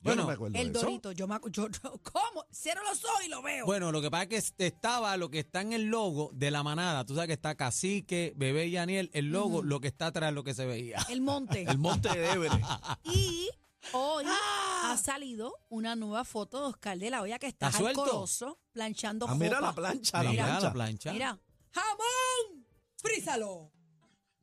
Yo Bueno, no me acuerdo El de eso. dorito. Yo me acu- yo, yo- ¿Cómo? Cierro los ojos y lo veo. Bueno, lo que pasa es que este estaba lo que está en el logo de la manada. Tú sabes que está Cacique, Bebé y Aniel. El logo, lo que está atrás, lo que se veía. El monte. El monte de Everest. Y hoy ¡Ah! ha salido una nueva foto de Oscar de la Hoya que está ¿Está suelto? alcoroso planchando Ah, mira la jopa. plancha, la Mira plancha. la plancha. Mira. ¡Jamón! ¡Frízalo!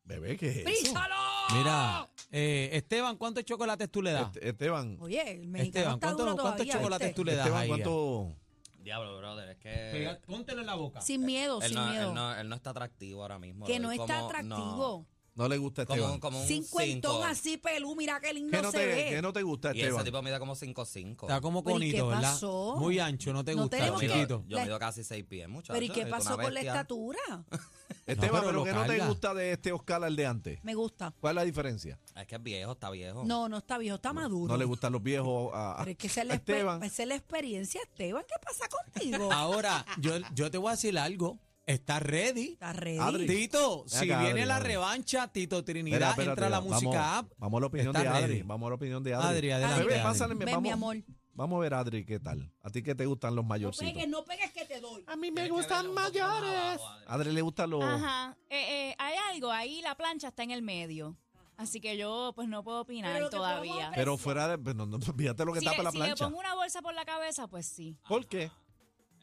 Bebé, ¿qué es eso? ¡Frízalo! Mira, eh, Esteban, ¿cuántos chocolates tú le das? Este- Esteban, Oye, el mexicano Esteban, está ¿cuántos, duro cuántos todavía. chocolates ¿viste? tú le das Esteban, ahí? ¿cuánto? Diablo, brother, es eh, que Póntelo en la boca. Sin miedo, él sin no, miedo. él no- él no está atractivo ahora mismo. que brother, no está como- atractivo. No le gusta a como, Esteban. como un Cincuentón cinco. así pelú, mira qué lindo ¿Qué, no se te, ve. qué no te gusta, Y ese Esteban? tipo mide como 5'5". Está como Pero, ¿y qué conito, ¿verdad? pasó? Muy ancho, no te No gusta, tenemos yo, que- chiquito. mido, yo La- mido casi 6 pies, muchachos. Pero ¿y qué pasó con la estatura? Esteban, pero pero lo ¿qué no te carga. gusta de este Oscar al de antes? Me gusta. ¿Cuál es la diferencia? Es que es viejo, está viejo. No, no está viejo, está maduro. No le gustan los viejos a, a- Pero es que esa es a la, espe- pues, Esteban. Ah, esa es la experiencia, Esteban. ¿Qué pasa contigo? Ahora, yo, yo te voy a decir algo. ¿Estás ready? ¿Estás ready? Adri. Tito, Ven si acá, viene Adri, la Adri. revancha, Tito Trinidad, Espera, espérate, entra la música vamos, app. Vamos a la opinión de Está Adri. ready. Vamos a la opinión de Adri. Adri, adelante, Bebé, Adri. pásale, Ven, vamos, mi amor. Vamos a ver, Adri, ¿qué tal? ¿A ti qué te gustan los No mayorcitos? pegues, no pegues que te doy. A mí me gustan mayores. Adri le gustan los... Ajá. Eh, eh, hay algo ahí, la plancha está en el medio. Así que yo, pues no puedo opinar Pero lo que todavía. podemos Pero fuera de... pero No, no, fíjate lo que si tapa le, la si le plancha. pongo una bolsa por la cabeza, pues sí. ¿Por qué?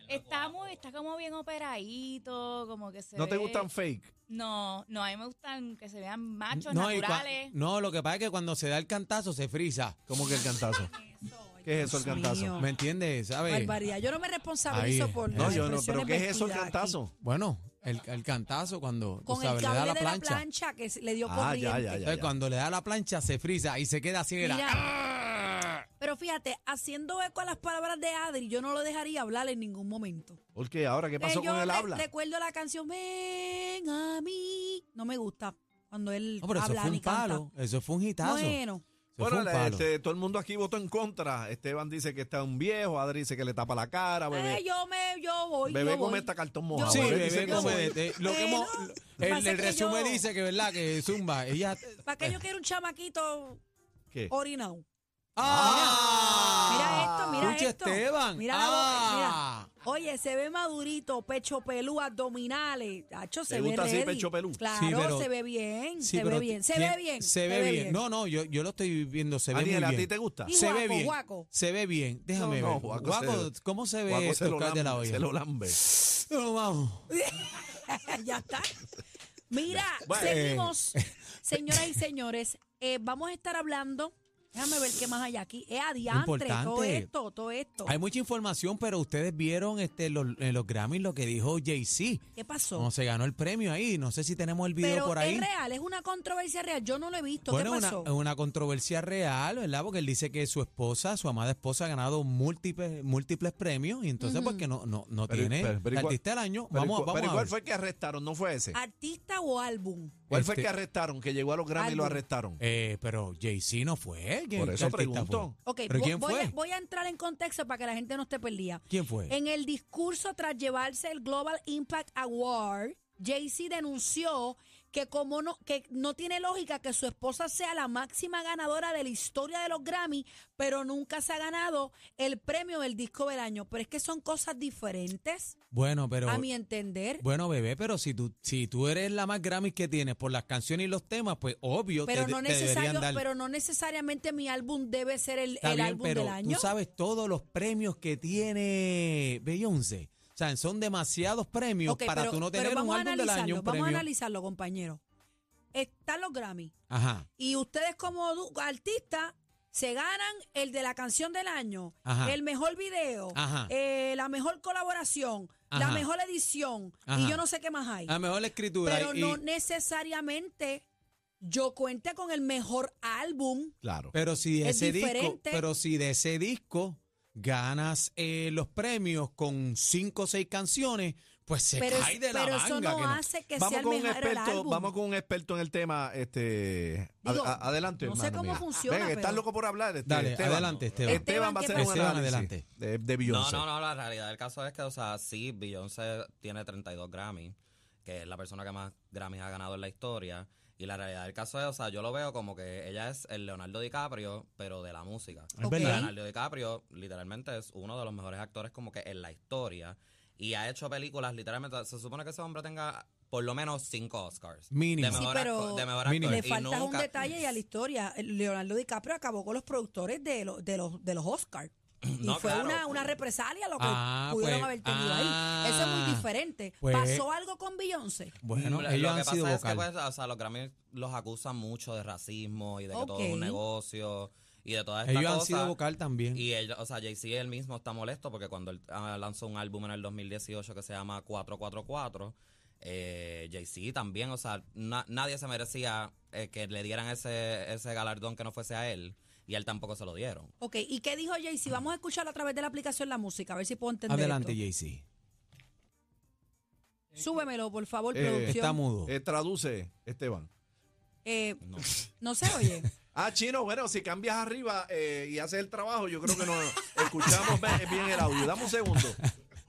Está muy, está como bien operadito, como que se. ¿No te ve- gustan fake? No, no, a mí me gustan que se vean machos No, y cua- naturales. no, lo que pasa es que cuando se da el cantazo se frisa. ¿Cómo que el cantazo? ¿Qué es eso el Dios cantazo? mío. ¿Me entiendes? ¿Sabes? Barbaridad. Yo no me responsabilizo Ahí. por No, No, las yo no, pero expresiones ¿qué es eso el vertidas aquí. cantazo? Pues Bueno, el, el cantazo cuando tú Con sabes, el le da cable la de la plancha. plancha que se- le dio Ah, corriente. ya, ya, ya. Entonces, cuando le da la plancha se frisa y se queda así. "Ah, mira. Mira, pero fíjate, haciendo eco a las palabras de Adri, yo no lo dejaría hablar en ningún momento. ¿Por qué? ¿Ahora qué pasó Eh, yo con el re- habla? Recuerdo la canción Ven a mí. No me gusta cuando él No, pero eso habla fue y un canta. palo. Eso fue un hitazo. Bueno, Eso fue Bueno, un la- palo. este, todo el mundo aquí votó en contra. Esteban dice que está un viejo, Adri dice que le tapa la cara, bebé. eh, yo me, yo voy, bebé yo come voy. esta cartón mojado. Sí, Ahora bebé, dice que como sí. de- de- lo que hemos- Bueno, el, pasa el que resumen yo- dice que verdad que Zumba, ella ¿Para qué yo quiero un chamaquito ¿Qué? orinado? ¡Ah! Mira esto, mira Escucha, esto. Esteban. Mira la ah. Oye, se ve madurito, pecho pelú, abdominales. Tacho, se ¿Te ve gusta así, ready. pecho pelú? Claro, Sí, pero- se ve bien, Sí, se pero ve bien, se ¿quién- ve bien. Se ve bien. No, no, yo, yo lo estoy viendo, se ve Daniel, muy ¿a bien. ti te gusta? Y Se ve Guaco, bien. Guaco. Se ve bien. Déjame No, ver. no, Guaco Guaco, se- ¿cómo se ve Guaco se esto lo Oscar, de la lambe, olla? se lo lambe. No, vamos. ya está. Mira, Bueno. seguimos. Eh. Señoras y señores, eh, vamos a estar hablando. Déjame ver qué más hay aquí. Es adiantre, todo Importante. esto, todo esto. Hay mucha información, pero ustedes vieron este, los, en los Grammys lo que dijo Jay-Z. ¿Qué pasó? Como se ganó el premio ahí. No sé si tenemos el video Pero por ahí. es real, es una controversia real. Yo no lo he visto. Bueno, ¿Qué es pasó? una, eh, es una controversia real, ¿verdad? Porque él dice que su esposa, su amada esposa, ha ganado múltiples, múltiples premios y entonces, pues, que no, no, no Pero- tiene pero- pero la igual- artista del año. Pero, vamos ¿y cu- vamos pero a ¿cuál ver. fue el que arrestaron? No fue ese. ¿Artista o álbum? ¿Cuál fue el Este- que arrestaron? Que llegó a los Grammy y lo Álbum. arrestaron. Eh, pero Jay-Z no fue. ¿Quién- Por qué eso artista pregunto. fue? Ok, ¿Pero vo- quién voy, fue? A, voy a entrar en contexto para que la gente no esté perdida. ¿Quién fue? En el discurso tras llevarse el Global Impact Award, Jay-Z denunció que como no, que no tiene lógica que su esposa sea la máxima ganadora de la historia de los Grammy, pero nunca se ha ganado el premio del disco del año. Pero es que son cosas diferentes, Bueno, pero. a mi entender. Bueno, bebé, pero si tú, si tú eres la más Grammys que tienes por las canciones y los temas, pues obvio Pero te, no, te deberían necesario, dar. pero no necesariamente mi álbum debe ser el, Está el bien, álbum pero del año. tú sabes todos los premios que tiene Beyoncé. O sea, son demasiados premios Ok, para pero- tú no pero tener un vamos a álbum del año, analizarlo, un Vamos a premio. analizarlo, compañero. Están los Grammy. Ajá, Y ustedes como du- artistas se ganan el de la canción del año, Ajá. el mejor video, Ajá. eh, la mejor colaboración, la Ajá. mejor edición Ajá. y yo no sé qué más hay. a Ah, mejor la escritura. Pero y- no necesariamente yo cuente con el mejor álbum. Claro. pero si de es ese disco, diferente. pero si de ese disco ganas eh, los premios con cinco o seis canciones, pues se Pero, cae de la pero manga. eso no, que no- hace que sea Vamos el con, un mejor el experto, álbum. vamos con un experto en el tema. Este, ad- Digo, a- adelante, no sé hermano cómo mío. funciona, Venga, que estás pero- loco por hablar. este, Dale, adelante, Esteban. Esteban va a Esteban, hacer ¿qué un pasa? análisis Esteban, adelante. de, de No, Beyoncé. no, no, la realidad del caso es que, o sea, sí, Beyoncé tiene 32 Grammys, que es la persona que más Grammys ha ganado en la historia. Y la realidad del caso es, o sea, yo lo veo como que ella es el Leonardo DiCaprio, pero de la música. Es Ok. verdad. Leonardo DiCaprio literalmente es uno de los mejores actores como que en la historia y ha hecho películas literalmente, se supone que ese hombre tenga por lo menos cinco Oscars. Mínimo. De Sí, mejor, pero acto- de mejor mínimo. Le actor. Pues, Y falta un nunca- detalle y a la historia. Leonardo DiCaprio acabó con los productores de, los de, los, de los Oscars. Y No, fue claro. una, una represalia lo que pues. Ah, pudieron pues, haber tenido ah, ahí. Eso es muy diferente. pues. ¿Pasó algo con Beyoncé? Bueno, Lo- ellos lo que han sido pasa es que, vocales. pues, o sea, los Grammy los acusan mucho de racismo y de que todo es Ok. un negocio y de todas estas ellos han cosas. sido vocal también. Y él, o sea, Jay-Z él mismo está molesto porque cuando él ah, lanzó un álbum en el 2018 que se llama 444, eh, Jay-Z también, o sea, na- nadie se merecía eh, que le dieran ese, ese galardón que no fuese a él y él tampoco se lo dieron. Ok, ¿y qué dijo Jay? Si vamos a escucharlo a través de la aplicación La Música, a ver si puedo entender Adelante, esto. Jay-Z. Súbemelo, por favor, Eh, Está producción. mudo. Eh, traduce, Esteban. Eh, No. no se oye. Ah, chino, bueno, si cambias arriba eh, y haces el trabajo, yo creo que nos escuchamos be- bien el audio. Dame un segundo.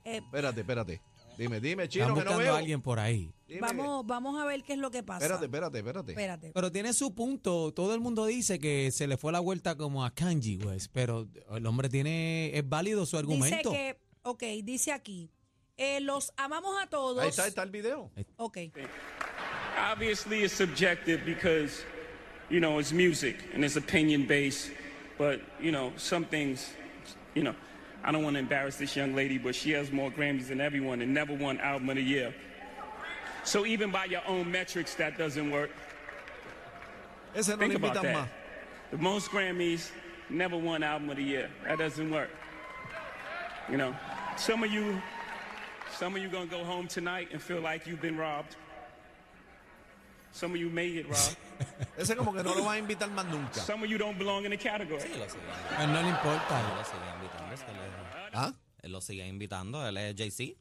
Eh, Espérate, espérate. Dime, dime, Están chino, que no buscando veo. a alguien por ahí. Dime. vamos, vamos a ver qué es lo que pasa. Espérate, espérate, espérate. Espérate. Pero tiene su punto. Todo el mundo dice que se le fue la vuelta como a Kanji West, pero el hombre tiene es válido su Dice argumento. que, ok, dice aquí, eh, los amamos a todos. Ahí está, ahí está el video. Ok. obviously it's subjective because you know it's music and it's opinion based but you know some things you know i don't want to embarrass this young lady but she has more grammys than everyone and never won album of the year so even by your own metrics that doesn't work Ese no le think about invitan that más. the most grammys never won album of the year that doesn't work you know some of you some of you gonna go home tonight and feel like you've been robbed some of you may get robbed Ese como que no lo van a invitar más nunca. Some of you don't belong in the category. Sí, lo sigue, A él no le él importa. lo sigue invitando. es que él, es- ¿Ah? él lo sigue invitando, él es Jay-Z.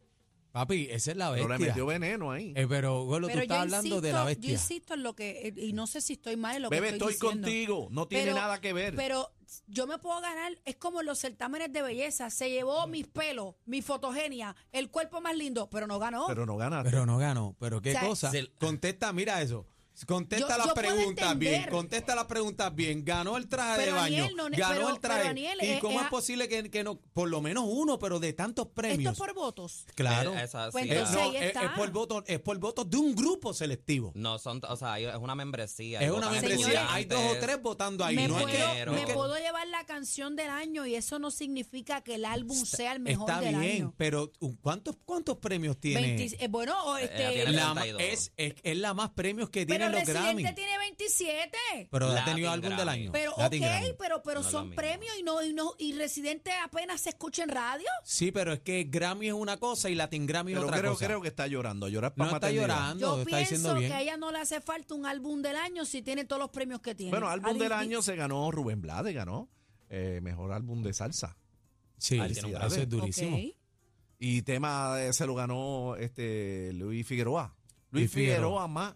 Papi, esa es la Pero bestia. le metió veneno ahí. Eh, pero, Golo, tú Pero estás yo hablando insisto, de la Yo bestia. insisto en lo que, eh, y no sé si estoy mal en lo Bebé, que estoy, estoy, diciendo. contigo. No tiene Pero- nada que ver. Pero yo me puedo ganar, es como en los certámenes de belleza, se llevó mis pelos, mi fotogenia, el cuerpo más lindo, pero no ganó. Pero no ganaste. Pero no ganó. Pero qué O sea, cosa. Sí. Contesta, mira eso. Contesta Yo- las yo puedo preguntas bien. entender. Contesta las preguntas bien. Ganó el traje Pero, de baño. Aniel, no ne- ganó pero- el traje. pero, Aniel, ¿Y es- cómo es es, a- posible que, que no? Por lo menos uno, pero de tantos Esto premios. es por votos. Claro. Eh, esa- Pues sí, Eh, entonces, la- no, ahí es, está. es por voto, es por voto de un grupo selectivo. No, son, o sea, hay- es una membresía. es y una votan membresía. señores, Hay dos o votantes. tres votando ahí. me no puedo, es que, no me es que- puedo llevar la canción del año y eso no significa que el álbum sea el mejor Está del bien, año. pero uh, ¿cuántos, ¿cuántos premios tiene? 20 eh, bueno, o este, tiene La 32. ma- es, es, es la más premios que pero tienen los Grammy. Residente tiene 27. Pero ha Latin tenido álbum del Grammy. año. Pero ok, Latin Grammy. pero, pero No es lo son mismo. premios y no, y no, y Residente apenas se escucha en radio. Sí, pero es que Grammy es una cosa y Latin Grammy es Pero otra creo, cosa. creo que está llorando. Llorar para no está llorando, Yo está pienso diciendo que bien. a ella no le hace falta un álbum del año si tiene todos los premios que tiene. Bueno, álbum Adi- del año se ganó Rubén Blades, ganó eh, mejor álbum de salsa. Sí, Ah, él tiene un eso Grammy. es durísimo. Ok. Y tema eh, se lo ganó este Luis Figueroa. Luis Luis Figueroa. Figueroa más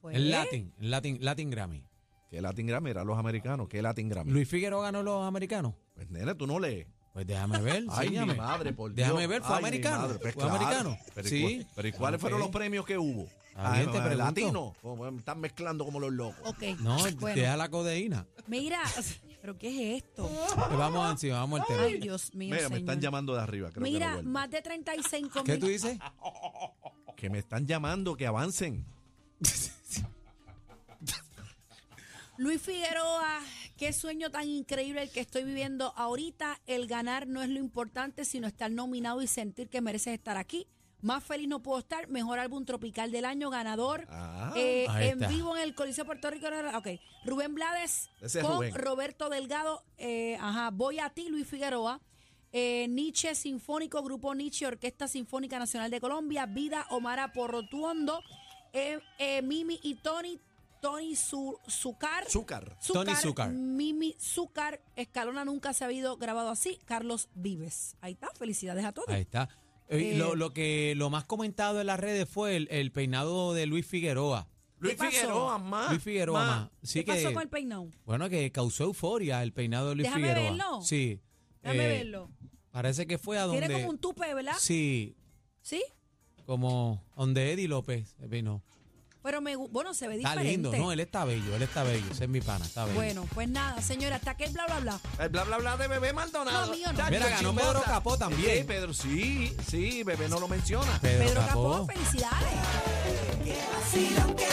Pues, El Latin, Latin, Latin Grammy. que Latin Grammy, era los americanos, que Latin Grammy. Luis Figueroa ganó los americanos. Pues nene, tú no lees. Pues déjame ver, Ay, mi enséñame. madre, por Dios. Déjame ver, fue Ay, mi americano, madre, pues fue claro. americano. Pero, ¿y Sí. cuál- pero ¿y cuáles Ok. fueron los premios que hubo? Ah, bien, te pregunto. latino. Como me Están mezclando como los locos. ok. No, Bueno, deja la codeína. Mira, pero ¿qué es esto? Eh, Vamos encima, vamos al tema. Ay, Dios mío. Mira, me están señor. llamando de arriba. Creo que, no Mira, vuelvo. más de 35 ¿Qué mil. tú dices? que me están llamando, que avancen. Luis Figueroa, qué sueño tan increíble el que estoy viviendo ahorita. El ganar no es lo importante, sino estar nominado y sentir que mereces estar aquí. Más feliz no puedo estar. Mejor álbum tropical del año, ganador. Ah, Eh, ahí en está. vivo en el Coliseo Puerto Rico. Ok. Rubén Blades Ese es con Rubén. Roberto Delgado. eh, ajá. Voy a ti, Luis Figueroa. Eh, Nietzsche Sinfónico, Grupo Nietzsche, Orquesta Sinfónica Nacional de Colombia, Vida Omara Porrotuondo, eh, eh, Mimi y Tony, Tony Su- Zucar. azúcar. Tony Zucar. Mimi Zucar, Escalona nunca se ha habido grabado así, Carlos Vives. Ahí está, felicidades a todos. Ahí está. Eh, Eh, lo, lo que lo más comentado en las redes fue el, el peinado de Luis Figueroa. Luis pasó? Figueroa, más. Luis Figueroa. ma. Sí ¿Qué pasó que- con el peinado? Bueno, que causó euforia el peinado de Luis Déjame Figueroa. verlo. Sí. Déjame Eh, verlo. Parece que fue a donde. Tiene como un tupe, ¿verdad? Sí, ¿Sí? como donde Eddie López vino. Pero me gu- bueno, se ve Está diferente. lindo, no, él está bello, él está bello, ese es mi pana, está bello. Bueno, pues nada, señora, hasta que el bla bla bla. El Eh, bla bla bla de bebé Maldonado. No, mío no. Chacho, Mira, ganó chismosa. Pedro Capó también. Sí, Pedro, sí, sí, bebé no lo menciona. Pedro Capó, felicidades. Que vacilón, que